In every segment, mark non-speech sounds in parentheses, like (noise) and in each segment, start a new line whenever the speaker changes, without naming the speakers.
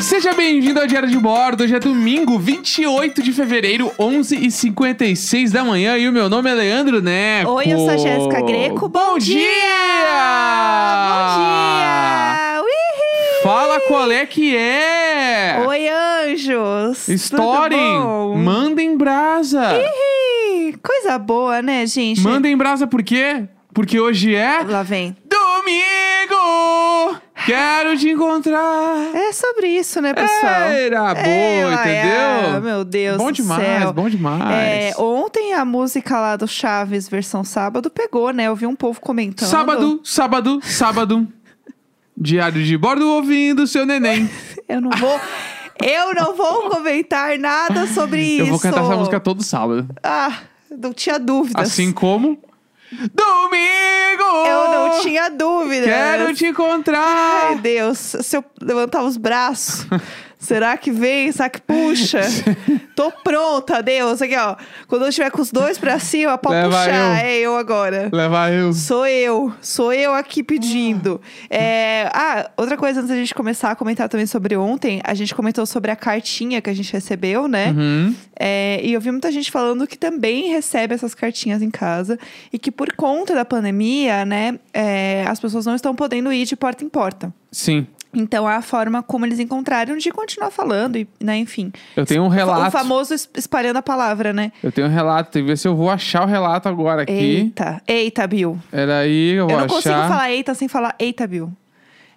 Seja bem-vindo ao Diário de Bordo. Hoje é domingo, 28 de fevereiro, 11h56 da manhã. E o meu nome é Leandro Neco.
Oi, eu sou a Jéssica Greco.
Bom
Bom
dia!
dia! Bom dia! Uihi!
Fala qual é que é!
Oi, anjos!
Storem!
Tudo bom?
Mandem brasa!
Uihi! Coisa boa, né, gente?
Mandem brasa por quê? Porque hoje é...
Lá vem.
Domingo! Quero te encontrar!
É sobre isso, né, pessoal?
Era É, boa,
Ela é,
entendeu?
meu Deus
bom
do
demais,
céu.
bom demais.
É, ontem a música lá do Chaves, versão sábado, pegou, né? Eu vi um povo comentando.
Sábado, sábado, sábado.
(laughs)
Diário de bordo ouvindo seu neném.
Eu não vou... Eu não vou comentar nada sobre isso.
Eu vou cantar essa música todo sábado.
Ah, não tinha dúvidas.
Assim como. Domingo!
Eu não tinha dúvidas.
"Oh, Quero te
Ai,
encontrar!
Deus. Se eu levantar os braços, será que vem? Será que puxa?
(laughs)
Tô pronta, Deus. Aqui, ó. Quando eu estiver com os dois pra cima, pode
Leva
puxar.
eu.
É eu agora.
Leva eu.
Sou eu, sou eu aqui pedindo. É, Ah, outra coisa antes da gente começar a comentar também sobre ontem, a gente comentou sobre a cartinha que a gente recebeu, né?
Uhum.
É, e eu vi muita gente falando que também recebe essas cartinhas em casa e que por conta da pandemia, né, é, as pessoas não estão podendo ir de porta em porta.
Sim.
Então a forma como eles encontraram de continuar falando e, né, enfim.
Eu tenho um
O
relato.
famoso es- espalhando a palavra, né?
Eu tenho um relato. Tem que ver se eu vou achar o relato agora aqui.
Eita, eita, Bill.
Era aí, eu vou
Eu não
achar.
consigo falar eita sem falar eita, Bill.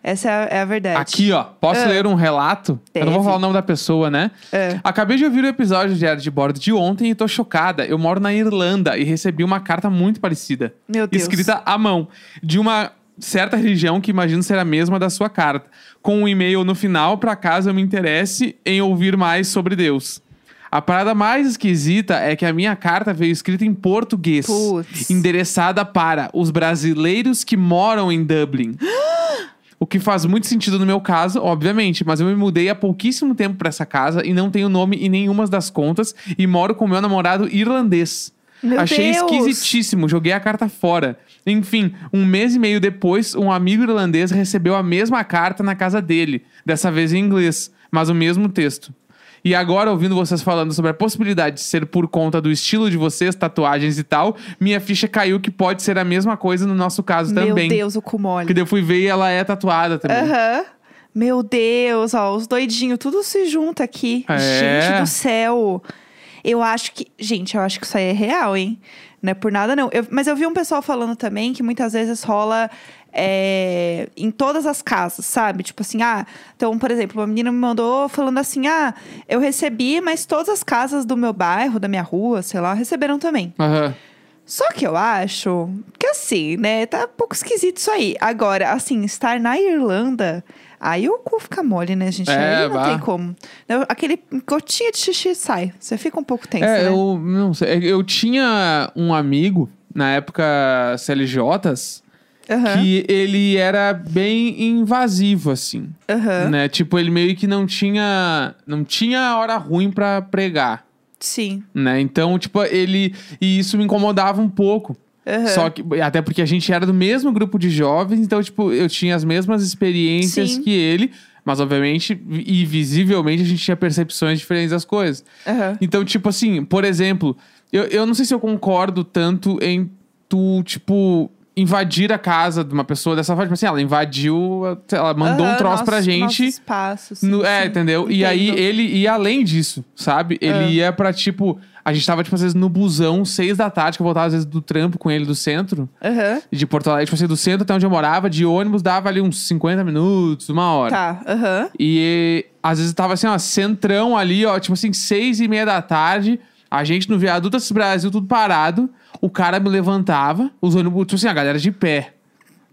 Essa é a, é a verdade.
Aqui, ó. Posso ler um relato? Eu não vou
Deve.
falar o nome da pessoa, né?
É.
Acabei de ouvir o episódio de Diário de Bordo de ontem e tô chocada. Eu moro na Irlanda e recebi uma carta muito parecida.
Meu Deus.
Escrita à mão. De uma certa religião que imagino ser a mesma da sua carta. Com um e-mail no final, pra caso eu me interesse em ouvir mais sobre Deus. A parada mais esquisita é que a minha carta veio escrita em português.
Putz.
Endereçada para os brasileiros que moram em Dublin. (gasps) O que faz muito sentido no meu caso, obviamente, mas eu me mudei há pouquíssimo tempo pra essa casa e não tenho nome em nenhuma das contas e moro com meu namorado irlandês.
Meu
Achei
Deus!
esquisitíssimo, joguei a carta fora. Enfim, um mês e meio depois, um amigo irlandês recebeu a mesma carta na casa dele, dessa vez em inglês, mas o mesmo texto. E agora, ouvindo vocês falando sobre a possibilidade de ser por conta do estilo de vocês, tatuagens e tal, minha ficha caiu que pode ser a mesma coisa no nosso caso
Meu
também.
Deus, o cu mole.
Porque daí eu fui ver e ela é tatuada também.
Aham. Meu Deus, ó, os doidinhos, tudo se junta aqui.
É.
Gente do céu. Eu acho que. Gente, eu acho que isso aí é real, hein? Não é por nada, não. Eu- mas eu vi um pessoal falando também que muitas vezes rola é, em todas as casas, sabe? Tipo assim, ah, então, por exemplo, uma menina me mandou falando assim: ah, eu recebi, mas todas as casas do meu bairro, da minha rua, sei lá, receberam também.
Aham.
Só que eu acho que assim, né? Tá um pouco esquisito isso aí. Agora, assim, estar na Irlanda, aí o cu fica mole, né, gente?
É,
aí não
bah.
tem como. Não, Aquele gotinha de xixi sai. Você fica um pouco tenso,
É,
né?
eu não sei. Eu tinha um amigo, na época CLJs,
Aham,
que ele era bem invasivo, assim.
aham.
Né? Tipo, ele meio que não tinha. Não tinha hora ruim pra pregar.
Sim.
Né? Então, tipo, ele. E isso me incomodava um pouco.
Aham.
Só que. Até porque a gente era do mesmo grupo de jovens, então, tipo, eu tinha as mesmas experiências
Sim.
que ele. Mas, obviamente, e visivelmente, a gente tinha percepções diferentes das coisas.
Aham.
Então, tipo assim, por exemplo, eu, eu não sei se eu concordo tanto em tu, tipo, invadir a casa de uma pessoa dessa forma. Tipo assim, ela invadiu, sei lá, ela mandou um
Aham,
troço pra
nosso-
gente.
nosso espaço, sim,
no- é,
sim.
entendeu? E aí
Entendo. É.
ele ia além disso, sabe? Ele ia pra, tipo, a gente tava, tipo, às vezes no busão, seis da tarde, que eu voltava às vezes do trampo com ele do centro.
Aham.
De Porto Alegre, tipo assim, do centro até onde eu morava, de ônibus dava ali uns 50 minutos, uma hora.
Tá, aham.
E às vezes tava assim, ó, centrão ali, ó, tipo assim, seis e meia da tarde, a gente no viaduto desse Brasil, tudo parado, o cara me levantava, os ônibus, tipo assim, a galera de pé,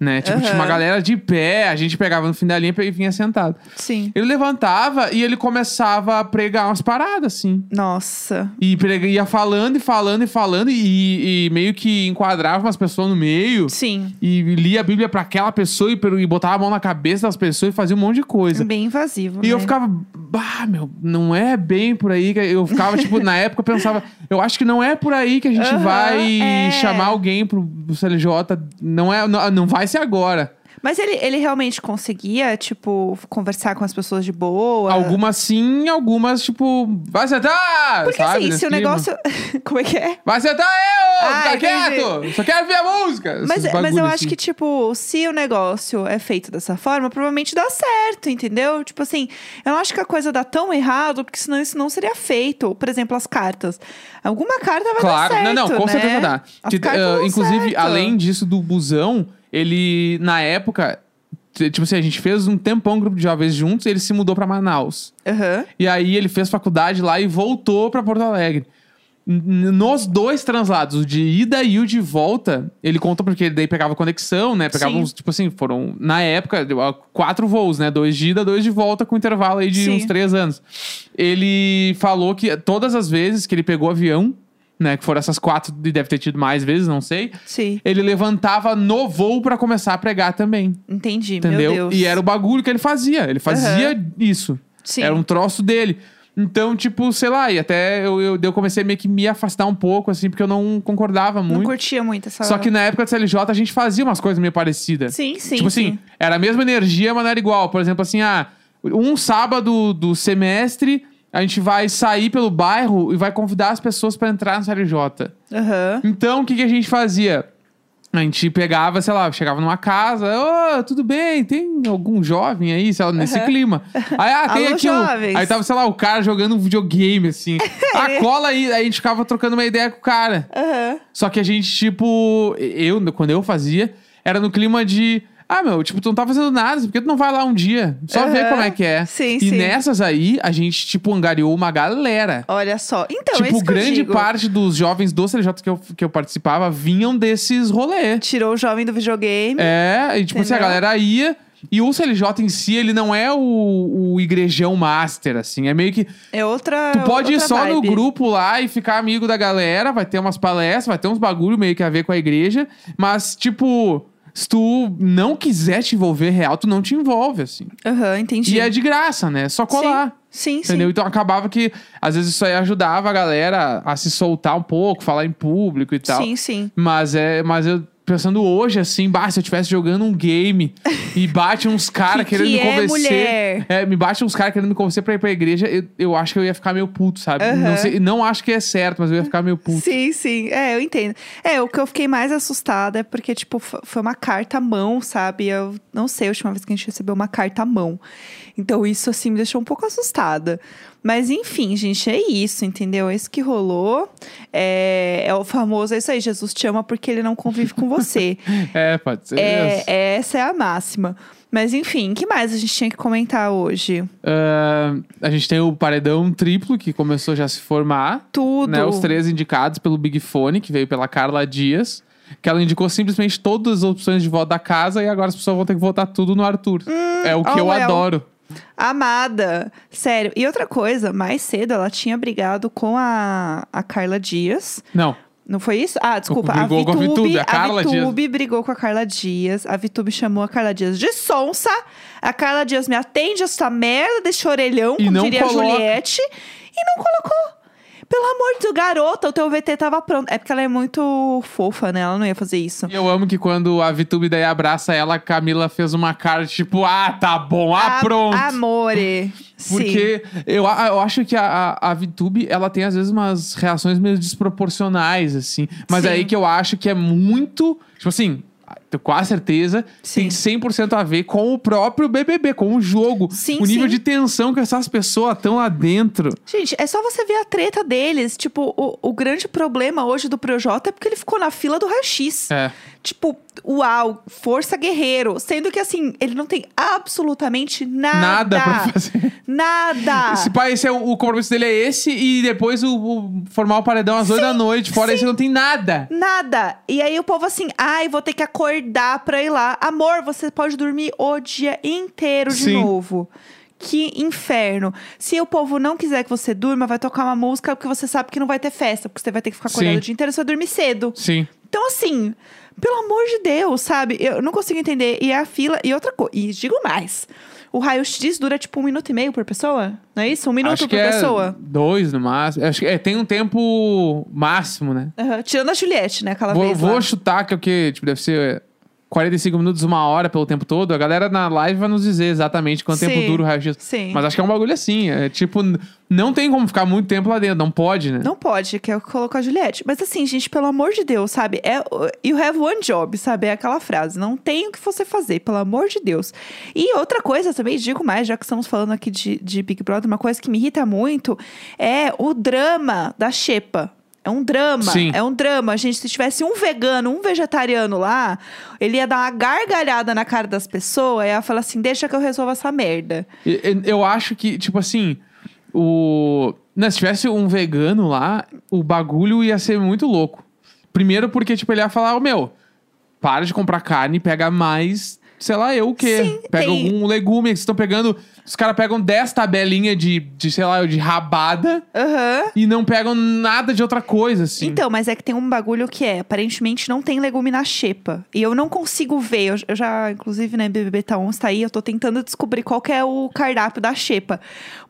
né? Tipo,
Aham.
tinha uma galera de pé, a gente pegava no fim da linha e vinha sentado.
Sim.
Ele levantava e ele começava a pregar umas paradas, assim.
Nossa.
E prega- ia falando e falando e falando, e, e meio que enquadrava umas pessoas no meio.
Sim.
E lia a Bíblia pra aquela pessoa e, per- e botava a mão na cabeça das pessoas e fazia um monte de coisa.
Bem invasivo.
E eu
né?
ficava, bah, meu, não é bem por aí. que Eu ficava, tipo, na época eu pensava, eu acho que não é por aí que a gente
Aham,
vai
é.
chamar alguém pro pro CLJ. Não, é, não, não vai ser agora.
Mas ele, ele realmente conseguia, tipo, conversar com as pessoas de boa?
Algumas sim, algumas, tipo, vai sentar!
Porque
sabe,
assim,
nesse
se o
clima.
negócio. (laughs) Como é que é?
Vai sentar eu!
Ah,
fica
entendi.
quieto! Só quero ver a música!
Mas,
Esses
mas eu
bagulho,
acho
assim.
que, tipo, se o negócio é feito dessa forma, provavelmente dá certo, entendeu? Tipo assim, eu não acho que a coisa dá tão errado, porque senão isso não seria feito. Por exemplo, as cartas. Alguma carta vai
Claro,
dar certo.
não, não, com
né?
certeza dá.
As
Que,
cartas
ah,
dão
inclusive,
certo.
além disso do busão, ele, na época, t- tipo assim, a gente fez um tempão um grupo de jovens juntos e ele se mudou pra Manaus.
Aham.
E aí ele fez faculdade lá e voltou pra Porto Alegre. N- n- Nos dois translados, o de ida e o de volta, ele contou porque daí pegava conexão, né? Pegava
Sim.
uns, tipo assim, foram, na época, deu, ah, quatro voos, né? Dois de ida, dois de volta, com intervalo aí de
Sim.
uns três anos. Ele falou que todas as vezes que ele pegou avião, né? Que foram essas quatro, e deve ter tido mais vezes, não sei.
Sim,
Ele levantava no voo pra começar a pregar também,
entendi.
entendeu?
Meu Deus.
E era o bagulho que ele fazia, ele fazia isso.
Sim.
Era um troço dele. Então, tipo, sei lá, e até eu, eu, daí eu comecei meio que me afastar um pouco, assim, porque eu não concordava
Não
muito.
curtia muito essa.
Só que na época do CLJ a gente fazia umas coisas meio parecidas.
Sim, sim.
tipo assim,
sim.
era a mesma energia, mas não era igual. Por exemplo, assim, ah, um sábado do semestre a gente vai sair pelo bairro e vai convidar as pessoas pra entrar no CLJ.
Aham.
Então, o que, que a gente fazia? A gente pegava, sei lá, chegava numa casa, ô, tudo bem, tem algum jovem aí, sei lá, nesse
Aham.
clima. Aí, ah, tem
Alô,
aqui. um-
jovens.
Aí tava, sei lá, o cara jogando um videogame,
(laughs)
assim. ah, cola aí, aí a gente ficava trocando uma ideia com o cara.
Aham.
Só que a gente, tipo, eu, quando eu fazia, era no clima de. Ah, meu, tipo, tu não tá fazendo nada, por que tu não vai lá um dia? Só ver
Aham.
como é que é.
Sim,
e
sim.
nessas aí, a gente, tipo, angariou uma galera
Olha só. Então, é
tipo,
isso que eu
grande
digo.
parte dos jovens do CLJ que eu, que eu participava vinham desses rolê.
Tirou o jovem do videogame.
É, e tipo assim, a
Entendeu?
galera ia. E o CLJ em si, ele não é o, o igrejão master, assim. É meio que.
É, outra.
Tu pode ir
outra
só no
vibe.
grupo lá e ficar amigo da galera, vai ter umas palestras, vai ter uns bagulho meio que a ver com a igreja. Mas, tipo, se tu não quiser te envolver real, tu não te envolve, assim.
Aham, entendi.
E é de graça, né? É só colar.
Sim, sim.
Entendeu? Então acabava que, às vezes, isso aí ajudava a galera a se soltar um pouco, falar em público e tal.
Sim, sim.
Mas é. Mas eu pensando hoje, assim, bah, se eu estivesse jogando um game e bate uns caras
(laughs) Que-
querendo
que
me
é
convencer.
mulher.
É, me bate uns caras querendo me convencer pra ir pra igreja, eu, eu acho que eu ia ficar meio puto, sabe?
Aham.
Não, sei- não acho que é certo, mas eu ia ficar meio puto.
Sim, sim. É, eu entendo. É, o que eu fiquei mais assustada é porque, tipo, fo- foi uma carta à mão, sabe? Eu não sei a última vez que a gente recebeu uma carta à mão. Então, isso, assim, me deixou um pouco assustada. Mas, enfim, gente, é isso, entendeu? É isso que rolou. É, é o famoso, é isso aí, Jesus te ama porque ele não convive
(laughs)
com você.
É, pode ser.
é,
isso.
é- essa é a máxima. Mas, enfim, o que mais a gente tinha que comentar hoje?
Ah, a gente tem o paredão triplo que começou já a se formar.
Tudo.
né, os três indicados pelo Big Fone, que veio pela Carla Dias, que ela indicou simplesmente todas as opções de voto da casa e agora as pessoas vão ter que votar tudo no Arthur. é o que
oh
eu
well.
adoro.
Amada. Sério. E outra coisa, mais cedo ela tinha brigado com a, a Carla Dias.
Não,
Não foi isso? Ah, desculpa.
Brigou com a Vitube, a Carla
Vitube brigou com a Carla Dias. A Vitube chamou a Carla Dias de sonsa. A Carla Dias me atende essa merda desse orelhão,
E
como
não
diria
coloca.
a Juliette. E não colocou. Pelo amor de Deus, garota, o teu VT tava pronto. É porque ela é muito fofa, né? Ela não ia fazer isso.
e eu amo que quando a Vitube daí abraça ela, a Camila fez uma cara tipo, ah, tá bom, ah,
A-
pronto.
Amore. Sim.
Porque eu, a- eu acho que a, a, a VTube, ela tem às vezes umas reações meio desproporcionais, assim. Mas
Sim.
aí que eu acho que é muito. Tipo assim, tenho quase certeza,
Sim.
tem 100% a ver com o próprio BBB, com o jogo.
Sim,
o nível
sim.
de tensão que essas pessoas estão lá dentro.
Gente, é só você ver a treta deles. Tipo, o, o grande problema hoje do Projota é porque ele ficou na fila do raio-x.
É.
Tipo, uau, força guerreiro. Sendo que, assim, ele não tem absolutamente nada.
Nada pra
tá.
fazer. (laughs)
Nada.
Esse pai, esse é o, o compromisso dele é esse, e depois o, o formar o paredão às 8 da noite. Fora isso, não tem nada.
Nada. E aí o povo assim, ai, vou ter que acordar pra ir lá. Amor, você pode dormir o dia inteiro de
Sim.
novo. Que inferno. Se o povo não quiser que você durma, vai tocar uma música porque você sabe que não vai ter festa, porque você vai ter que ficar acordado
Sim.
o dia inteiro, você vai dormir cedo.
Sim.
Então, assim, pelo amor de Deus, sabe? Eu não consigo entender. E a fila. E outra coisa. E digo mais. O raio-x dura tipo um minuto e meio por pessoa? Não é isso? Um minuto
Acho
por
que é
pessoa?
dois no máximo. Acho que é, tem um tempo máximo, né?
Aham. Tirando a Juliette, né? Aquela
Vou,
vez.
vou
lá.
chutar que é o que? Tipo, deve ser 45 minutos, uma hora pelo tempo todo, a galera na live vai nos dizer exatamente quanto tempo
Sim.
dura o raio-x.
Sim.
Mas acho que é um bagulho assim. É tipo, n- não tem como ficar muito tempo lá dentro, não pode, né?
Não pode, que é o que colocou a Juliette. Mas assim, gente, pelo amor de Deus, sabe? É, o- you have one job, sabe? É aquela frase. Não tem o que você fazer, pelo amor de Deus. E outra coisa também, digo mais, já que estamos falando aqui de, de Big Brother, uma coisa que me irrita muito é o drama da Xepa. É um drama,
Sim.
é um drama. Gente, se tivesse um vegano, um vegetariano lá, ele ia dar uma gargalhada na cara das pessoas e ia falar assim: deixa que eu resolva essa merda.
E- e- Eu acho que, tipo assim, o. Né, se tivesse um vegano lá, o bagulho ia ser muito louco. Primeiro porque, tipo, ele ia falar, ô meu, para de comprar carne, pega mais, sei lá, eu o quê.
Sim,
pega
tem-
algum legume, que vocês estão pegando. Os caras pegam 10 tabelinhas de, de, sei lá, de rabada
Aham.
e não pegam nada de outra coisa, assim.
Então, mas é que tem um bagulho que é, aparentemente não tem legume na xepa. E eu não consigo ver. Eu, eu já, inclusive, né, BBB tá 11, tá aí, eu tô tentando descobrir qual que é o cardápio da xepa.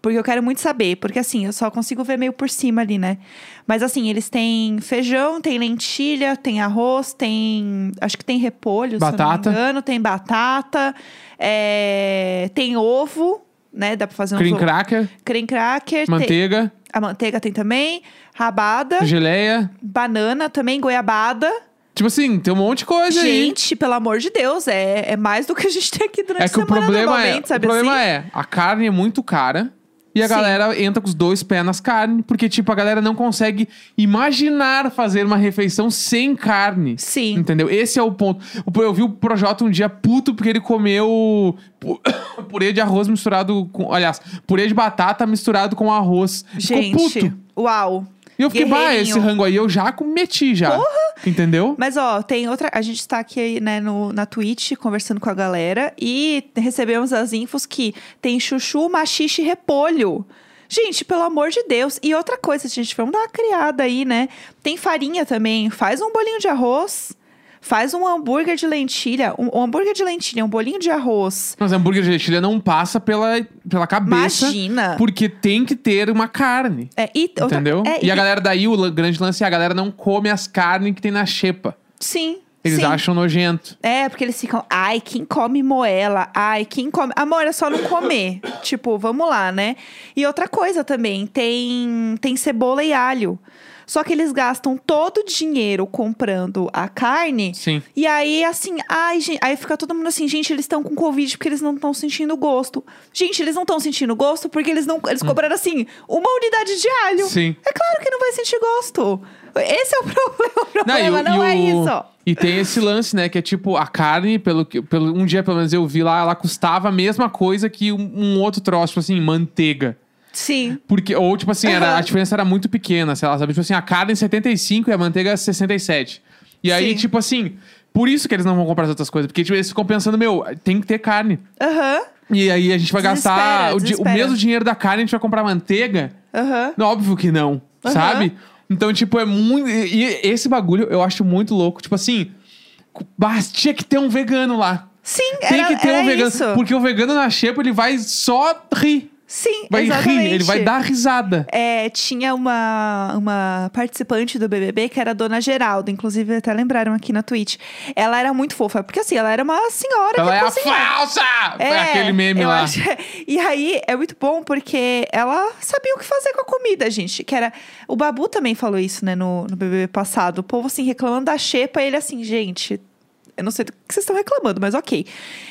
Porque eu quero muito saber. Porque assim, eu só consigo ver meio por cima ali, né? Mas assim, eles têm feijão, tem lentilha, tem arroz, tem. Acho que tem repolho, se
Batata.
eu não me engano, tem batata, é, tem ovo, né? Dá pra fazer um
Cream cracker,
Cream cracker, tem- Então
manteiga,
a manteiga tem também, rabada
geleia.
banana também, goiabada.
Tipo assim, tem um monte de coisa aí.
Gente, pelo amor de Deus, é, é mais do que a gente tem aqui durante
É que
a
o
semana
problema, é,
normalmente,
o
sabe
problema
assim?
é, a carne é muito cara e a
Sim.
galera entra com os dois pés nas carnes, porque, tipo, a galera não consegue imaginar fazer uma refeição sem carne.
assim? Sim.
Entendeu? Esse é o ponto. O- Eu vi o Projota um dia puto porque ele comeu pu- (coughs) purê de arroz misturado com. Aliás, purê de batata misturado com arroz.
Gente,
Ficou então, puto.
uau.
E eu fiquei, bah,
guerreirinho."
esse rango aí eu já cometi já. Entendeu?
Mas ó, tem outra. A gente tá aqui, né, no, na Twitch conversando com a galera e recebemos as infos que tem chuchu, machixe e repolho. Gente, pelo amor de Deus. E outra coisa, gente, vamos dar uma criada aí, né? Tem farinha também. Faz um bolinho de arroz. Faz um hambúrguer de lentilha. Um, um hambúrguer de lentilha, um bolinho de arroz.
Mas hambúrguer de lentilha não passa pela, pela cabeça.
Imagina.
Porque tem que ter uma carne.
É, e outra-
Entendeu?
é,
e a galera daí, o lan- grande lance é a galera não come as carnes que tem na xepa.
Sim.
Eles
sim.
acham nojento.
É, porque eles ficam, ai, quem come moela? Ai, quem come. Amor, é só não
(laughs)
comer. tipo, vamos lá, né? E outra coisa também, tem, tem cebola e alho. Só que eles gastam todo o dinheiro comprando a carne.
Sim.
E aí, assim, ai, gente, aí fica todo mundo assim, gente, eles estão com Covid porque eles não estão sentindo gosto. Gente, eles não estão sentindo gosto porque eles não.
Hum.
Eles cobraram assim, uma unidade de alho.
Sim.
É claro que não vai sentir gosto. Esse é o (laughs) problema. O
Não, e o-
problema
e
não, é
o-
isso.
E tem esse lance, né? Que é tipo, a carne, pelo, que- pelo um dia pelo menos eu vi lá, ela custava a mesma coisa que um, um outro troço, tipo assim, manteiga.
Sim.
Porque, ou tipo assim, era,
Aham.
a diferença era muito pequena, sei lá, sabe? Tipo assim, a carne 75 e a manteiga 67. E aí,
Sim.
tipo assim, por isso que eles não vão comprar as outras coisas. Porque tipo, eles ficam pensando, meu, tem que ter carne.
Aham.
E aí a gente vai
Desespera,
gastar o, di- o
desespera.
mesmo dinheiro da carne, a gente vai comprar manteiga?
Aham.
Não, óbvio que não,
Aham.
sabe? Então, tipo, é muito. E e esse bagulho eu acho muito louco. Tipo assim, cu- bah, tinha que ter um vegano lá.
Sim,
Tem
era,
que ter
era
um vegano.
isso.
Porque o vegano na xepa, ele vai só rir.
Sim,
Vai
exatamente.
rir, ele vai dar risada.
É, tinha uma, uma participante do BBB que era a dona Geralda, inclusive até lembraram aqui na Twitch. Ela era muito fofa, porque assim, ela era uma senhora
Ela
que
é a
cozinhava.
falsa! Foi aquele meme
É, eu
lá.
acho- E aí é muito bom porque ela sabia o que fazer com a comida, gente. Que era. O Babu também falou isso, né, no, no BBB passado. O povo assim reclamando da xepa, ele assim, gente. Eu não sei do que vocês estão reclamando, mas ok.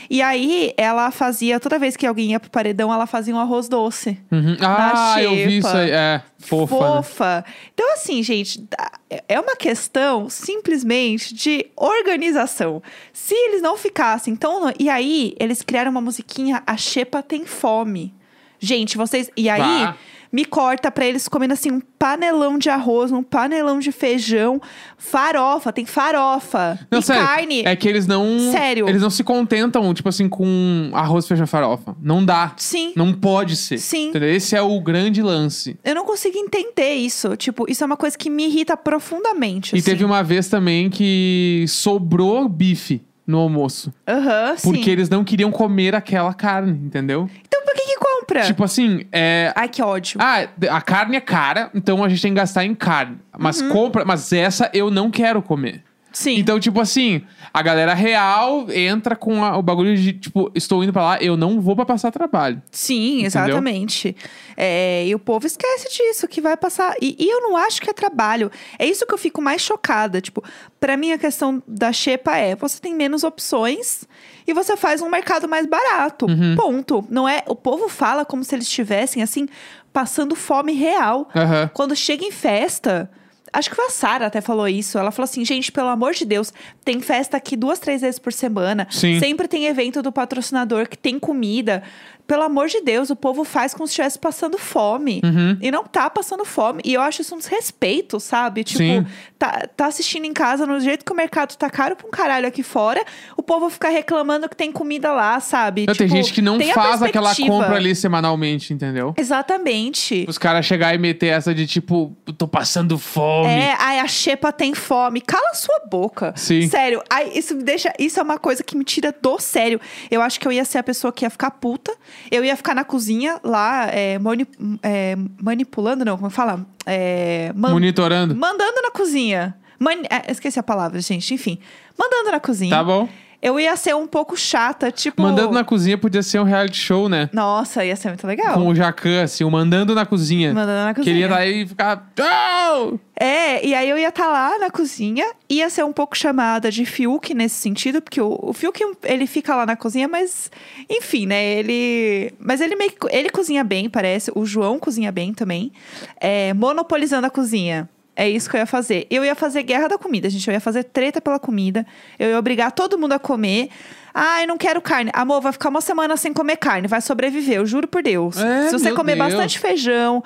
E aí, ela fazia, toda vez que alguém ia pro paredão, ela fazia um arroz doce.
Uhum.
na
Ah, eu vi
xepa.
isso aí. É, fofa. né?
Fofa. Então, assim, gente, dá- é uma questão simplesmente de organização. Se eles não ficassem então E aí, eles criaram uma musiquinha, a Xepa tem fome. Gente, vocês. E aí,
Bah.
me corta pra eles comendo assim um panelão de arroz, um panelão de feijão, farofa, tem farofa.
Não,
e
sério,
carne.
É que eles não.
Sério.
Eles não se contentam, tipo assim, com arroz, feijão e farofa. Não dá.
Sim.
Não pode ser.
Sim.
Entendeu? Esse é o grande lance.
Eu não consigo entender isso. Tipo, isso é uma coisa que me irrita profundamente.
E
assim.
teve um uma vez também que sobrou bife no almoço.
Aham,
Porque
sim.
eles não queriam comer aquela carne, entendeu?
Então por que que compra?
Tipo assim, é.
Ai, que ódio.
Ah, a carne é cara, então a gente tem que gastar em carne. Mas compra, mas essa eu não quero comer.
Uhum. Sim.
Então, tipo assim, a galera real entra com a- o bagulho de, tipo, estou indo pra lá, eu não vou pra passar trabalho.
Sim,
Entendeu?
exatamente. É, e o povo esquece disso, que vai passar. E, e eu não acho que é trabalho. É isso que eu fico mais chocada. Tipo, pra mim a questão da xepa é: você tem menos opções e você faz um mercado mais barato.
Uhum.
Ponto. Não é. O povo fala como se eles estivessem, assim, passando fome real.
Aham.
Quando chega em festa. Acho que foi a Sara até falou isso. Ela falou assim: gente, pelo amor de Deus, tem festa aqui duas, três vezes por semana.
Sim.
Sempre tem evento do patrocinador que tem comida. Pelo amor de Deus, o povo faz como se estivesse passando fome.
Uhum.
E não tá passando fome. E eu acho isso um desrespeito, sabe?
Sim.
Tipo, tá, tá assistindo em casa, no jeito que o mercado tá caro pra um caralho aqui fora, o povo fica reclamando que tem comida lá, sabe?
Então, tem
Tipo,
gente que não
tem a
faz aquela
perspectiva.
compra ali semanalmente, entendeu?
Exatamente.
Os caras chegar e meter essa de tipo, tô passando fome.
É, ai, a Xepa tem fome. Cala sua boca.
Sim.
Sério, ai, isso me deixa. Isso é uma coisa que me tira do sério. Eu acho que eu ia ser a pessoa que ia ficar puta. Eu ia ficar na cozinha lá, é, mani- é, manipulando, não, como fala? É, man-
Monitorando.
mandando na cozinha. Mani- é, esqueci a palavra, gente. Enfim, mandando na cozinha.
Tá bom.
Eu ia ser um pouco chata, tipo.
Mandando na cozinha podia ser um reality show, né?
Nossa, ia ser muito legal.
Com o Jacan, assim, o mandando na cozinha.
Mandando na cozinha.
Queria estar aí e ficar. "Au!"
É, e aí eu ia estar lá na cozinha, ia ser um pouco chamada de Fiuk nesse sentido, porque o, o Fiuk, ele fica lá na cozinha, mas enfim, né, ele... Mas ele meio que, co- ele cozinha bem, parece, o João cozinha bem também, é, monopolizando a cozinha. É isso que eu ia fazer. Eu ia fazer guerra da comida, gente. Eu ia fazer treta pela comida. Eu ia obrigar todo mundo a comer. Ai, não quero carne. Amor, vai ficar uma semana sem comer carne. Vai sobreviver, eu juro por Deus.
É,
Se você
meu
comer
Deus.
bastante feijão,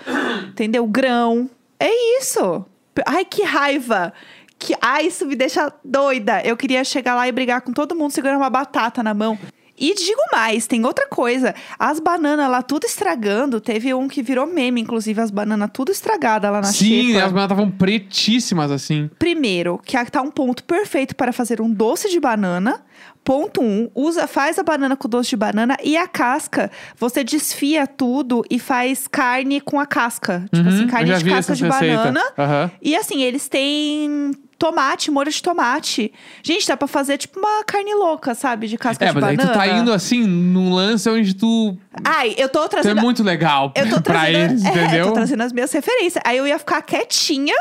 entendeu? Grão. É isso. Ai, que raiva. Que, ai, isso me deixa doida. Eu queria chegar lá e brigar com todo mundo segurando uma batata na mão. E digo mais, tem outra coisa. As bananas lá tudo estragando. Teve um que virou meme, inclusive, as bananas tudo estragadas lá na
Sim, né?
xepa.
as bananas estavam pretíssimas, assim.
Primeiro, que tá um ponto perfeito para fazer um doce de banana. Ponto um, usa, faz a banana com doce de banana e a casca. Você desfia tudo e faz carne com a casca. Tipo
Uhum,
assim,
eu
carne
já
de
vi
casca
essas
de
receitas.
banana.
Aham.
E assim, eles têm tomate, molho de tomate. Gente, dá pra fazer tipo uma carne louca, sabe? De casca
É,
de
mas aí
banana.
tu tá indo assim num lance onde tu.
Ai, eu tô
tu é
trazendo.
muito legal
Eu tô
(laughs) pra
trazendo.
eles,
(laughs) é,
entendeu?
eu tô trazendo as minhas referências. Aí eu ia ficar quietinha.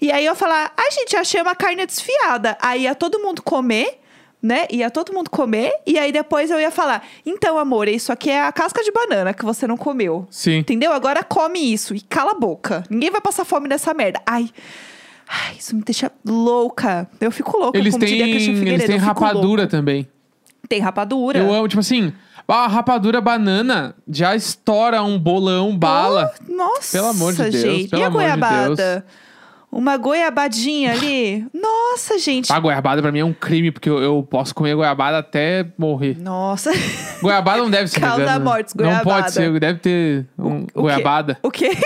E aí eu ia falar, ai, gente, achei uma carne desfiada. Aí ia todo mundo comer. Né? Ia todo mundo comer, e aí depois eu ia falar: então, amor, isso aqui é a casca de banana que você não comeu.
Sim.
Entendeu? Agora come isso e cala a boca. Ninguém vai passar fome nessa merda. Ai. Ai, isso me deixa louca. Eu fico louca,
Eles
como
têm,
diria Cristian Figueiredo.
eles têm
eu é fico louca.
rapadura também.
Tem rapadura.
Eu amo, tipo assim, a rapadura banana já estoura um bolão, bala.
Nossa,
Pelo amor de Deus,
gente.
pelo
e a
amor de
goiabada? Uma goiabadinha ali? Nossa, gente.
A goiabada pra mim é um crime, porque eu, eu posso comer goiabada até morrer.
Nossa. (laughs)
Goiabada não deve ser
Causa
vegana. né?
mortes,
Não
goiabada.
pode ser, deve ter um
O
goiabada.
quê? O quê?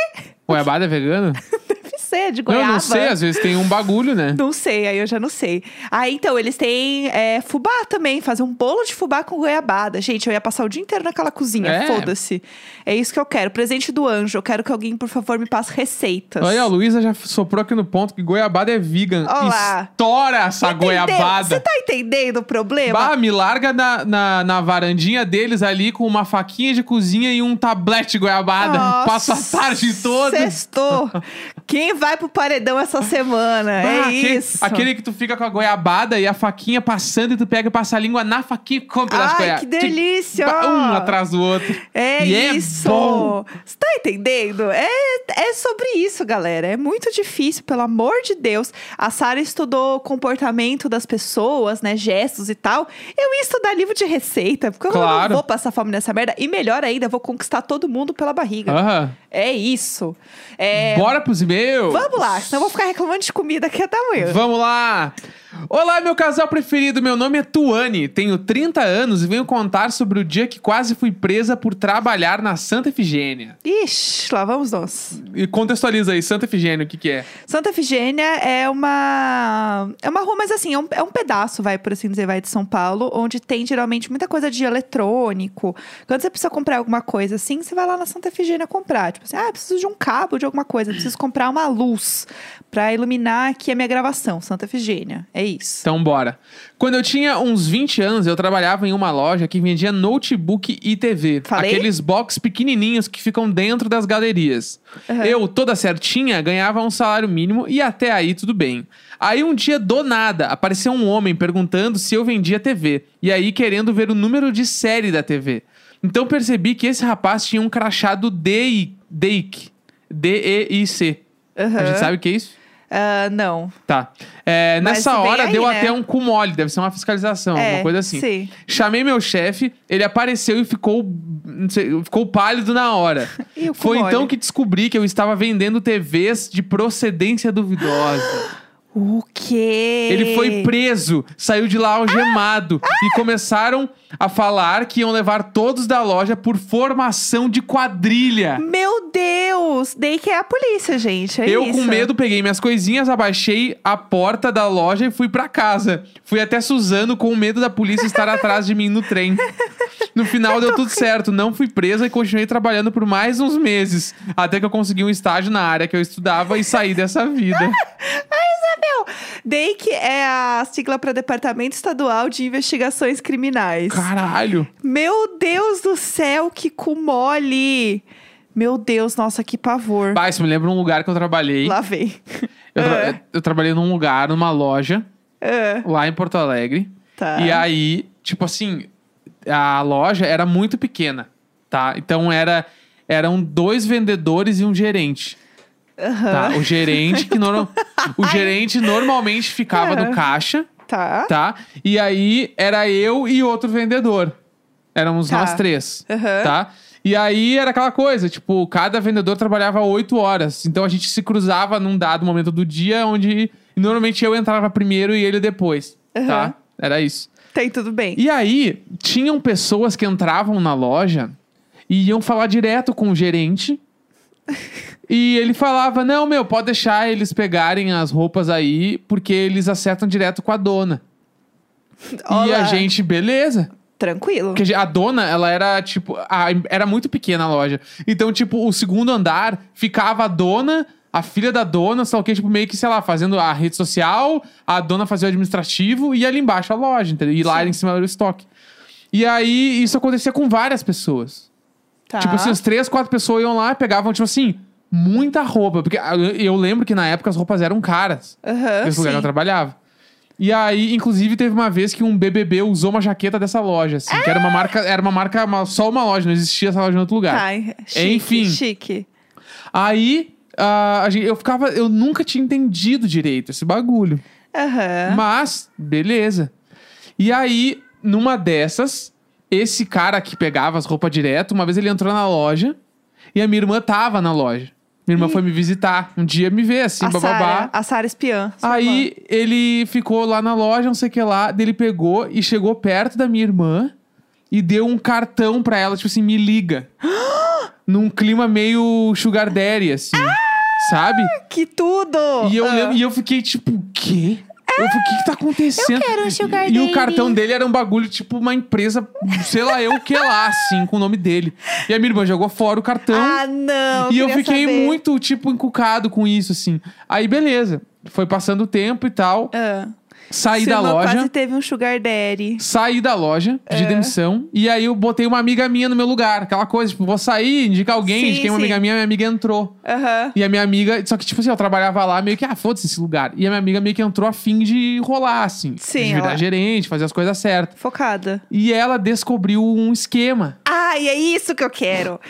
Goiabada é vegana?
Deve ser, de
Não,
goiaba.
eu não sei, às vezes tem um bagulho, né?
Não sei, aí eu já não sei. Ah, então, eles têm é, fubá também, fazer um bolo de fubá com goiabada. Gente, eu ia passar o dia inteiro naquela cozinha,
É.
foda-se. É isso que eu quero. Presente do anjo, eu quero que alguém, por favor, me passe receitas.
Olha, a Luísa já soprou aqui no ponto que goiabada é vegan.
Olá.
Estoura essa goiabada.
Você tá entendendo o problema?
Bah, me larga na, na, na varandinha deles ali com uma faquinha de cozinha e um tablete de goiabada. Passa a tarde toda.
Sextou. Quem vai pro paredão essa semana? é
Bah, Ah, aquele,
isso.
Aquele que tu fica com a goiabada e a faquinha passando e tu pega e passa a língua na faquinha e come um pedaço de
Ai,
goiaba.
que
Tic,
delícia!
pá, Um atrás do outro.
É
E é
isso!
bom.
Você tá entendendo? É, é sobre isso, galera. É muito difícil, pelo amor de Deus. A Sara estudou comportamento das pessoas, né? Gestos e tal. Eu ia estudar livro de receita, porque eu
Claro.
não vou passar fome nessa merda. E melhor ainda, eu vou conquistar todo mundo pela barriga.
Aham.
É isso. É,
Bora pros e-mails?
Vamos lá, senão eu vou ficar reclamando de comida aqui até amanhã.
Vamos lá! Olá, meu casal preferido. Meu nome é Tuane, tenho 30 anos e venho contar sobre o dia que quase fui presa por trabalhar na Santa Efigênia.
Ixi, lá vamos nós.
E contextualiza aí, Santa Efigênia, o que que é?
Santa Efigênia é uma. É uma rua, mas assim, é um, é um pedaço, vai, por assim dizer, vai de São Paulo, onde tem geralmente muita coisa de eletrônico. Quando você precisa comprar alguma coisa assim, você vai lá na Santa Efigênia comprar. Tipo assim, ah, preciso de um cabo de alguma coisa, preciso comprar uma luz pra iluminar aqui a minha gravação. Santa Efigênia. É isso.
Então bora. Quando eu tinha uns 20 anos, eu trabalhava em uma loja que vendia notebook e TV.
Falei?
Aqueles box pequenininhos que ficam dentro das galerias. Eu, toda certinha, ganhava um salário mínimo e até aí tudo bem. Aí um dia, do nada, apareceu um homem perguntando se eu vendia TV. E aí querendo ver o número de série da TV. Então percebi que esse rapaz tinha um crachado DI DEIC. D-E-I-C. A gente
Aham.
sabe o que é isso?
Ah, não.
Tá. É,
Mas
nessa
vem
hora
aí,
deu
né?
até um cu mole, deve ser uma fiscalização,
É,
alguma coisa assim.
Sim.
Chamei meu chefe, ele apareceu e ficou, não sei, ficou pálido na hora.
(laughs) E o cu
Foi
mole?
então que descobri que eu estava vendendo TVs de procedência duvidosa.
O quê?
ele foi preso, saiu de lá algemado
Ah!
e começaram a falar que iam levar todos da loja por formação de quadrilha.
Meu Deus! Dei que é a polícia, gente. É
eu, com
isso.
medo, peguei minhas coisinhas, abaixei a porta da loja e fui pra casa. Fui até Suzano com medo da polícia
(laughs)
estar atrás de mim no trem. No final deu tudo certo, não fui presa e continuei trabalhando por mais uns meses. Até que eu consegui um estágio na área que eu estudava e saí dessa
(laughs)
vida.
Meu, DEIC é a sigla para Departamento Estadual de Investigações Criminais.
Caralho!
Meu Deus do céu, que cu mole! Meu Deus, nossa, que pavor.
Bah, isso me lembra um lugar que eu trabalhei.
Lá vem.
Eu, tra-
É.
eu trabalhei num lugar, numa loja,
Ah,
lá em Porto Alegre.
tá.
E aí, tipo assim, a loja era muito pequena, tá? Então era eram dois vendedores e um gerente, tá?
Aham.
O gerente que
(laughs)
norma- o gerente normalmente ficava no
É.
caixa,
Tá.
tá? E aí era eu e outro vendedor. Éramos
Tá.
nós três,
Aham.
tá? E aí era aquela coisa, tipo, cada vendedor trabalhava oito horas. Então a gente se cruzava num dado momento do dia onde normalmente eu entrava primeiro e ele depois,
Aham.
tá? Era isso.
Tem Tá tudo bem.
E aí, tinham pessoas que entravam na loja e iam falar direto com o gerente. e ele falava: Não, meu, pode deixar eles pegarem as roupas aí, porque eles acertam direto com a dona. E
Olá.
a gente, beleza.
Tranquilo.
Porque a dona, ela era tipo. a- era muito pequena a loja. Então, tipo, o segundo andar ficava a dona. A filha da dona, só que, tipo, meio que, sei lá, fazendo a rede social, a dona fazia o administrativo e ali embaixo a loja, entendeu? E lá
Sim.
em cima era o estoque. E aí, isso acontecia com várias pessoas.
Tá.
Tipo assim, as três, quatro pessoas iam lá e pegavam, tipo assim, muita roupa. Porque ah, eu- eu lembro que na época as roupas eram caras
Aham,
nesse lugar que eu
Ah, sim.
trabalhava. E aí, inclusive, teve uma vez que um BBB usou uma jaqueta dessa loja, assim, que era uma marca, era uma marca, uma- só uma loja, não existia essa loja em outro lugar.
Tá, chique,
Enfim.
chique. Tá.
Aí, ah, a gente- eu ficava, eu nunca tinha entendido direito esse bagulho.
Aham.
Mas, beleza. E aí, numa dessas, esse cara que pegava as roupas direto, uma vez ele entrou na loja e a minha irmã tava na loja. Minha irmã foi me visitar, um dia me ver assim,
A
bababá.
Sara, a Sara espiã. sua irmã.
Aí ele ficou lá na loja, não sei o que lá. Ele pegou e chegou perto da minha irmã e deu um cartão pra ela, tipo assim, me liga. (gasps) Num clima meio sugar daddy, assim. Sabe?
Que tudo!
E eu,
Ah.
lembro- e eu fiquei tipo, o quê? Eu falei, o que que tá acontecendo?
quero um sugar
e o
daddy.
cartão dele era um bagulho, tipo, uma empresa, sei lá eu o que lá, assim, com o nome dele. E a minha irmã jogou fora o cartão.
Ah, não!
E eu
queria
fiquei
saber.
muito, tipo, encucado com isso, assim. Aí, beleza. Foi passando o tempo e tal.
Ah.
Saí
Sua
da
irmã
loja.
quase É. teve um sugar daddy.
Saí da loja, pedi demissão. E aí eu botei uma amiga minha no meu lugar. Aquela coisa, tipo, vou sair, indicar alguém,
Sim,
indiquei uma
sim.
amiga minha, minha amiga entrou.
Aham.
E a minha amiga, só que, tipo assim, eu trabalhava lá meio que, ah, foda-se esse lugar. E a minha amiga meio que entrou a fim de rolar, assim.
Sim,
de virar
ela-
gerente, fazer as coisas certas.
Focada.
E ela descobriu um esquema.
Ai, é isso que eu quero!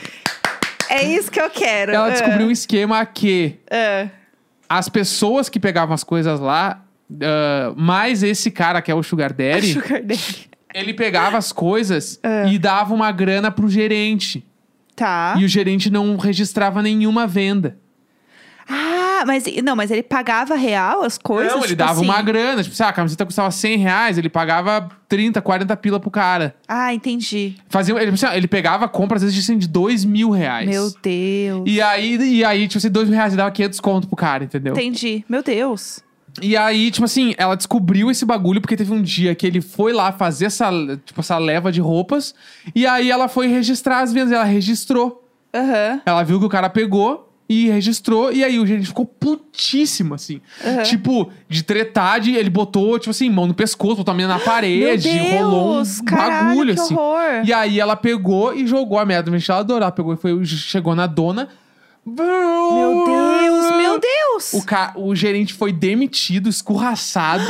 É isso que eu quero!
Ela
Ah,
descobriu um esquema que
ah.
as pessoas que pegavam as coisas lá, ah, mais esse cara que é o Sugar Daddy,
Sugar É. daddy.
ele pegava as coisas e dava uma grana pro gerente.
Tá.
E o gerente não registrava nenhuma venda.
Ah, mas não, mas ele pagava real as coisas?
não, ele
Tipo
dava
assim.
uma grana. Tipo, sei lá, a camiseta custava 100 reais, ele pagava 30, 40 pila pro cara.
Ah, entendi.
Fazia, ele, tipo assim, ó, ele pegava compras, às vezes, assim, de 2 mil reais.
Meu Deus.
E aí, e aí, tipo assim, 2 mil reais ele dava 500 conto pro cara, entendeu?
Entendi. Meu Deus.
E aí, tipo assim, ela descobriu esse bagulho porque teve um dia que ele foi lá fazer essa, tipo, essa leva de roupas. E aí ela foi registrar as vendas. Ela registrou.
Aham.
Ela viu que o cara pegou. e registrou. E aí o gerente ficou putíssimo, assim.
Aham.
Tipo, de tretade, ele botou, tipo assim, mão no pescoço, botou a menina na parede,
Meu Deus,
rolou um
caralho,
bagulho,
que
assim.
horror.
E aí ela pegou e jogou a merda no ventilador. Ela pegou e foi, chegou na dona.
Meu Deus, meu Deus!
O, ca... o gerente foi demitido, escorraçado.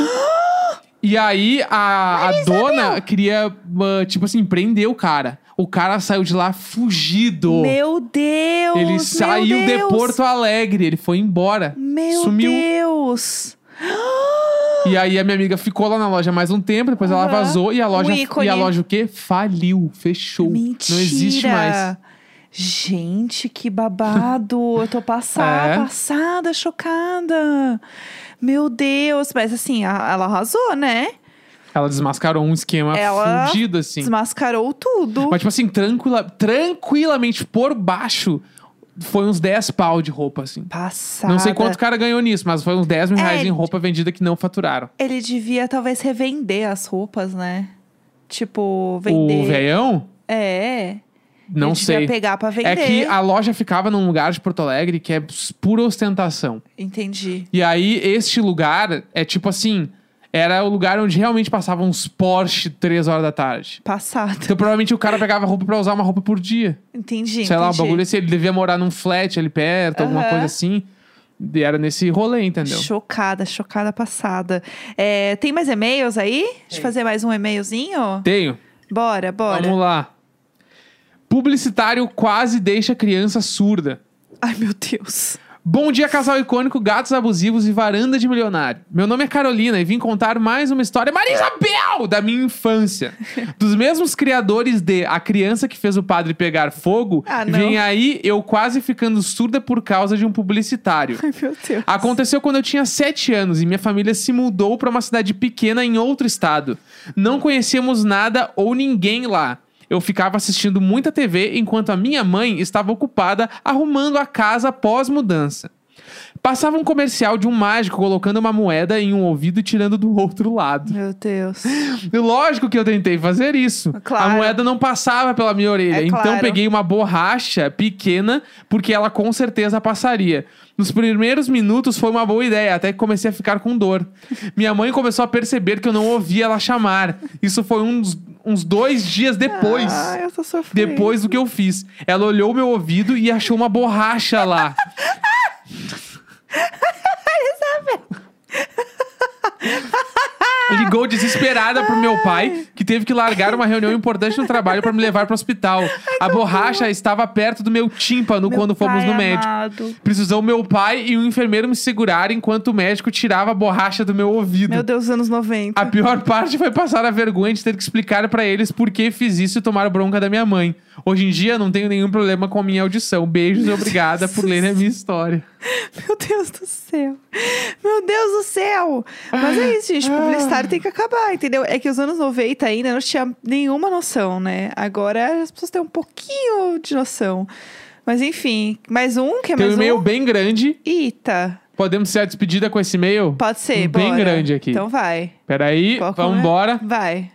(gasps) e aí a, a dona queria, ah, tipo assim, prender o cara. O cara saiu de lá fugido.
Meu Deus!
ele
meu
saiu de
Deus.
Porto Alegre, ele foi embora.
Meu
sumiu.
Deus!
E aí a minha amiga ficou lá na loja mais um tempo, depois ela
Aham.
vazou e a loja
Um ícone.
e a loja o quê? Faliu, fechou.
Mentira!
Não existe mais.
Gente, que babado! Eu tô passada,
(laughs) É.
passada, chocada. Meu Deus, mas assim, a- ela arrasou, né?
Ela desmascarou um esquema
Ela
fudido assim.
Desmascarou tudo.
Mas, tipo assim, tranquila, tranquilamente por baixo, foi uns 10 pau de roupa, assim.
Passada.
Não sei quanto o cara ganhou nisso, mas foi uns 10 mil
É,
reais em
ele-
roupa vendida que não faturaram.
Ele devia talvez revender as roupas, né? Tipo, vender.
O velhão?
É.
Não
ele
sei.
Devia pegar pra vender.
É que a loja ficava num lugar de Porto Alegre que é pura ostentação.
Entendi.
E aí, este lugar é tipo assim: era o lugar onde realmente passavam uns Porsche 3 horas da tarde.
Passado.
Então, provavelmente o cara pegava roupa pra usar uma roupa por dia.
(laughs) Entendi.
Sei lá, o
entendi.
bagulho assim, ele devia morar num flat ali perto, alguma
Aham.
coisa assim. E era nesse rolê, entendeu?
Chocada, chocada passada. É, tem mais e-mails aí? Deixa eu fazer mais um e-mailzinho?
Tenho.
Bora, bora.
Vamos lá. Publicitário quase deixa criança surda.
Ai, meu Deus.
Bom dia, casal icônico, gatos abusivos e varanda de milionário. Meu nome é Carolina e vim contar mais uma história Marisabel da minha
(laughs)
infância. Dos mesmos criadores de A Criança que Fez o Padre Pegar Fogo,
Ah, não.
vem aí eu quase ficando surda por causa de um publicitário.
Ai, meu Deus.
Aconteceu quando eu tinha 7 anos e minha família se mudou para uma cidade pequena em outro estado. Não conhecíamos nada ou ninguém lá. Eu ficava assistindo muita TV enquanto a minha mãe estava ocupada arrumando a casa após mudança. Passava um comercial de um mágico colocando uma moeda em um ouvido e tirando do outro lado.
Meu Deus.
E Lógico que eu tentei fazer isso.
Claro.
A moeda não passava pela minha orelha.
É
então
claro.
peguei uma borracha pequena, porque ela com certeza passaria. Nos primeiros minutos foi uma boa ideia, até que comecei a ficar com dor. Minha mãe começou a perceber que eu não ouvia ela chamar. Isso foi uns, uns dois dias depois.
Ai, eu tô sofrendo.
Depois do que eu fiz. Ela olhou meu ouvido e achou uma borracha lá. Ligou desesperada pro meu pai, que teve que largar uma reunião importante no trabalho para me levar pro hospital. A borracha estava perto do meu tímpano
Meu
quando fomos
pai
no médico.
amado.
Precisou meu pai e o enfermeiro me segurar enquanto o médico tirava a borracha do meu ouvido.
Meu Deus, anos 90.
A pior parte foi passar a vergonha de ter que explicar pra eles por que fiz isso e tomar bronca da minha mãe. Hoje em dia não tenho nenhum problema com a minha audição. Beijos e obrigada por lerem a minha história.
Meu Deus do céu. Meu Deus do céu. Mas é isso, gente.
Ah.
Publicitário tem que acabar, entendeu? É que os anos 90 ainda não tinha nenhuma noção, né? Agora as pessoas têm um pouquinho de noção. Mas enfim, mais um? Quer
Tem um
mais
e-mail
um?
bem grande.
Eita.
Podemos ser a despedida com esse e-mail?
Pode ser,
Um bem
bora.
grande aqui.
Então vai.
Peraí,
Qual que
vamos
é?
embora.
Vai.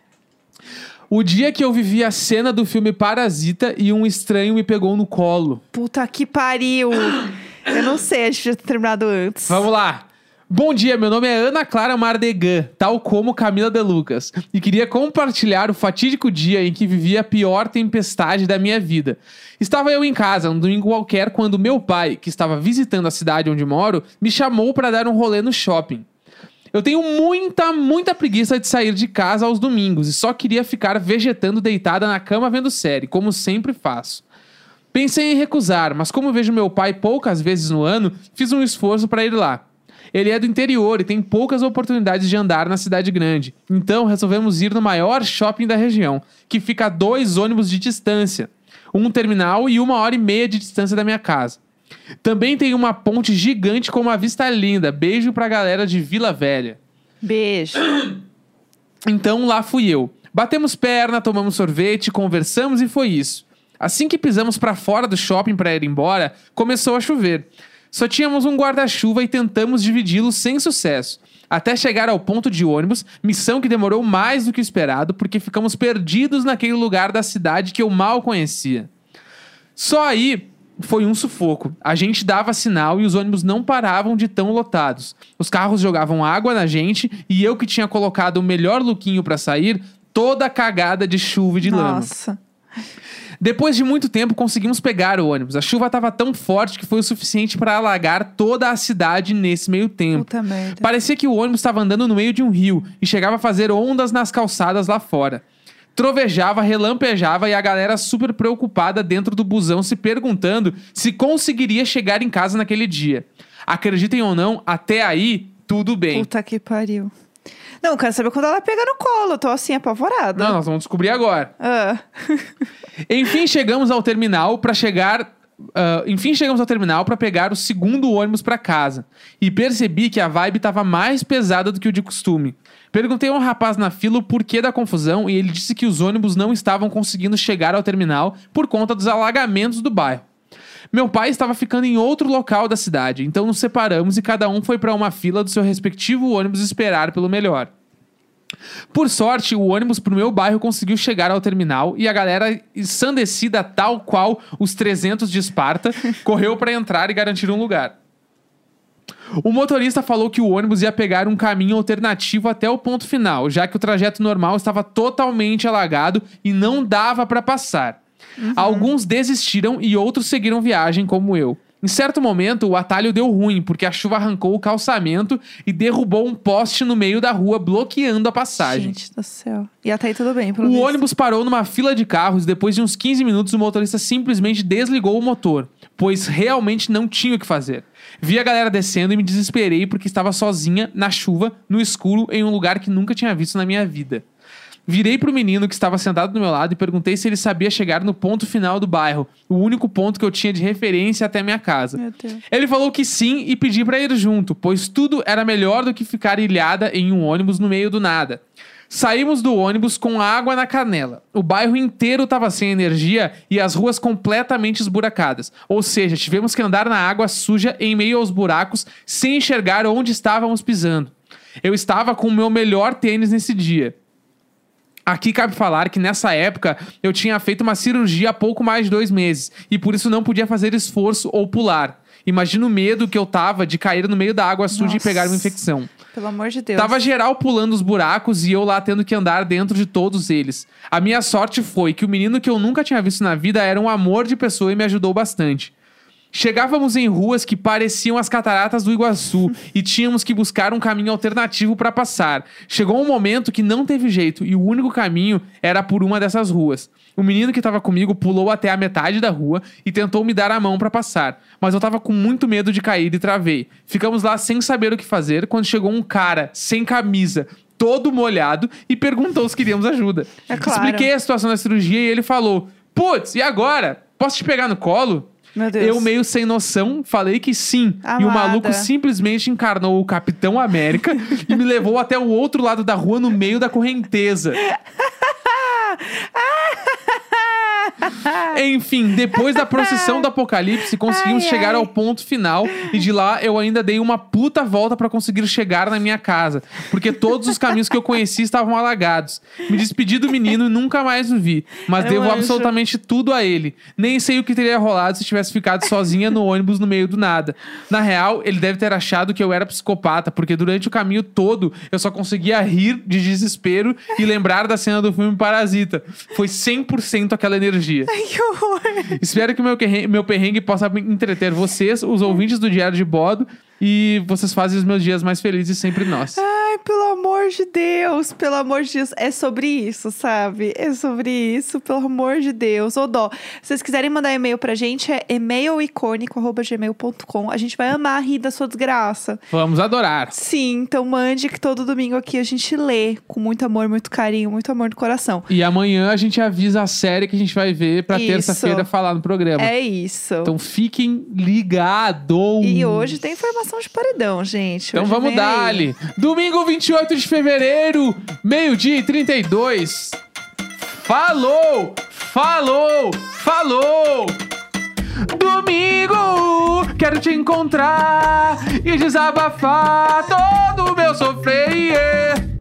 O dia que eu vivi a cena do filme Parasita e um estranho me pegou no colo.
Puta que pariu. Eu não sei, a gente já ter terminado antes.
Vamos lá. Bom dia, meu nome é Ana Clara Mardegan, tal como Camila De Lucas, e queria compartilhar o fatídico dia em que vivi a pior tempestade da minha vida. Estava eu em casa, um domingo qualquer, quando meu pai, que estava visitando a cidade onde moro, me chamou para dar um rolê no shopping. Eu tenho muita, muita preguiça de sair de casa aos domingos e só queria ficar vegetando deitada na cama vendo série, como sempre faço. Pensei em recusar, mas como vejo meu pai poucas vezes no ano, fiz um esforço para ir lá. Ele é do interior e tem poucas oportunidades de andar na cidade grande. Então resolvemos ir no maior shopping da região, que fica a dois ônibus de distância, um terminal e uma hora e meia de distância da minha casa. Também tem uma ponte gigante com uma vista linda. Beijo pra galera de Vila Velha.
Beijo.
Então lá fui eu. Batemos perna, tomamos sorvete, conversamos e foi isso. Assim que pisamos pra fora do shopping pra ir embora, começou a chover. Só tínhamos um guarda-chuva e tentamos dividi-lo sem sucesso. Até chegar ao ponto de ônibus, missão que demorou mais do que o esperado, porque ficamos perdidos naquele lugar da cidade que eu mal conhecia. Só aí Foi um sufoco. A gente dava sinal e os ônibus não paravam de tão lotados. Os carros jogavam água na gente e eu que tinha colocado o melhor lookinho pra sair, toda cagada de chuva e de lama.
Nossa.
Depois de muito tempo, conseguimos pegar o ônibus. A chuva estava tão forte que foi o suficiente para alagar toda a cidade nesse meio tempo.
Puta merda.
Tá. Parecia que o ônibus estava andando no meio de um rio e chegava a fazer ondas nas calçadas lá fora. Trovejava, relampejava e a galera super preocupada dentro do busão se perguntando se conseguiria chegar em casa naquele dia. Acreditem ou não, até aí, tudo bem.
Puta que pariu. Não, eu quero saber quando ela pega no colo. Eu tô assim, apavorada.
Não, nós vamos descobrir agora.
Ah.
Enfim, chegamos ao terminal para chegar. ah, enfim, chegamos ao terminal para pegar o segundo ônibus para casa e percebi que a vibe estava mais pesada do que o de costume. Perguntei a um rapaz na fila o porquê da confusão e ele disse que os ônibus não estavam conseguindo chegar ao terminal por conta dos alagamentos do bairro. Meu pai estava ficando em outro local da cidade, então nos separamos e cada um foi para uma fila do seu respectivo ônibus esperar pelo melhor. Por sorte, o ônibus pro meu bairro conseguiu chegar ao terminal e a galera, ensandecida tal qual os 300 de Esparta, correu para entrar e garantir um lugar. O motorista falou que o ônibus ia pegar um caminho alternativo até o ponto final, já que o trajeto normal estava totalmente alagado e não dava para passar. Alguns desistiram e outros seguiram viagem, como eu. Em certo momento, o atalho deu ruim, porque a chuva arrancou o calçamento e derrubou um poste no meio da rua, bloqueando a passagem.
Gente do céu. E até aí tudo bem, pelo
O
visto.
ônibus parou numa fila de carros e depois de uns 15 minutos o motorista simplesmente desligou o motor, pois realmente não tinha o que fazer. Vi a galera descendo e me desesperei porque estava sozinha, na chuva, no escuro, em um lugar que nunca tinha visto na minha vida. Virei pro menino que estava sentado do meu lado e perguntei se ele sabia chegar no ponto final do bairro, o único ponto que eu tinha de referência até minha casa.
Meu Deus.
Ele falou que sim e pedi pra ir junto, pois tudo era melhor do que ficar ilhada em um ônibus no meio do nada. Saímos do ônibus com água na canela. O bairro inteiro estava sem energia e as ruas completamente esburacadas. Ou seja, tivemos que andar na água suja em meio aos buracos sem enxergar onde estávamos pisando. Eu estava com o meu melhor tênis nesse dia. Aqui cabe falar que nessa época eu tinha feito uma cirurgia há pouco mais de dois meses e por isso não podia fazer esforço ou pular. Imagina o medo que eu tava de cair no meio da água suja e
Nossa.
pegar uma infecção.
Pelo amor de Deus.
Tava geral pulando os buracos e eu lá tendo que andar dentro de todos eles. A minha sorte foi que o menino que eu nunca tinha visto na vida era um amor de pessoa e me ajudou bastante. Chegávamos em ruas que pareciam as cataratas do Iguaçu e tínhamos que buscar um caminho alternativo para passar. Chegou um momento que não teve jeito e o único caminho era por uma dessas ruas. O menino que estava comigo pulou até a metade da rua e tentou me dar a mão para passar, mas eu estava com muito medo de cair e travei. Ficamos lá sem saber o que fazer quando chegou um cara sem camisa, todo molhado e perguntou se queríamos ajuda.
É claro.
Expliquei a situação da cirurgia e ele falou: "Putz, e agora? Posso te pegar no colo?"
Meu Deus.
Eu, meio sem noção, falei que sim. E o
Amada.
maluco simplesmente encarnou o Capitão América
(laughs)
e me levou até o outro lado da rua no meio da
(laughs)
correnteza. Enfim, depois da procissão do apocalipse, conseguimos
Ai,
chegar
ai.
ao ponto final. E de lá eu ainda dei uma puta volta pra conseguir chegar na minha casa. Porque todos os caminhos que eu conheci estavam alagados. Me despedi do menino e nunca mais o vi. Mas
Era um
devo
anjo.
absolutamente tudo a ele. Nem sei o que teria rolado se tivesse ficado sozinha no ônibus no meio do nada. Na real, ele deve ter achado que eu era psicopata, porque durante o caminho todo eu só conseguia rir de desespero e lembrar da cena do filme Parasita. Foi 100% aquela energia.
(laughs) Ai, que horror.
Espero que meu, querre- meu perrengue possa me entreter vocês, os ouvintes do Diário de Bordo, e vocês fazem os meus dias mais felizes sempre nós.
Ai, pelo amor de Deus, pelo amor de Deus. É sobre isso, sabe? É sobre isso, pelo amor de Deus. Ô dó. Se vocês quiserem mandar e-mail pra gente, é e-mailicônico.gmail.com. A gente vai amar rir da sua desgraça.
Vamos adorar.
Sim, então mande que todo domingo aqui a gente lê com muito amor, muito carinho, muito amor no coração.
E amanhã a gente avisa a série que a gente vai ver pra
Isso.
terça-feira falar no programa.
É isso.
Então fiquem ligados.
E hoje tem informação de paredão, gente.
Então
Hoje
vamos
vem aí.
dar ali. Domingo 28 de fevereiro, meio-dia e 32. Falou! Falou! Falou! Domingo, quero te encontrar e desabafar todo o meu sofrer.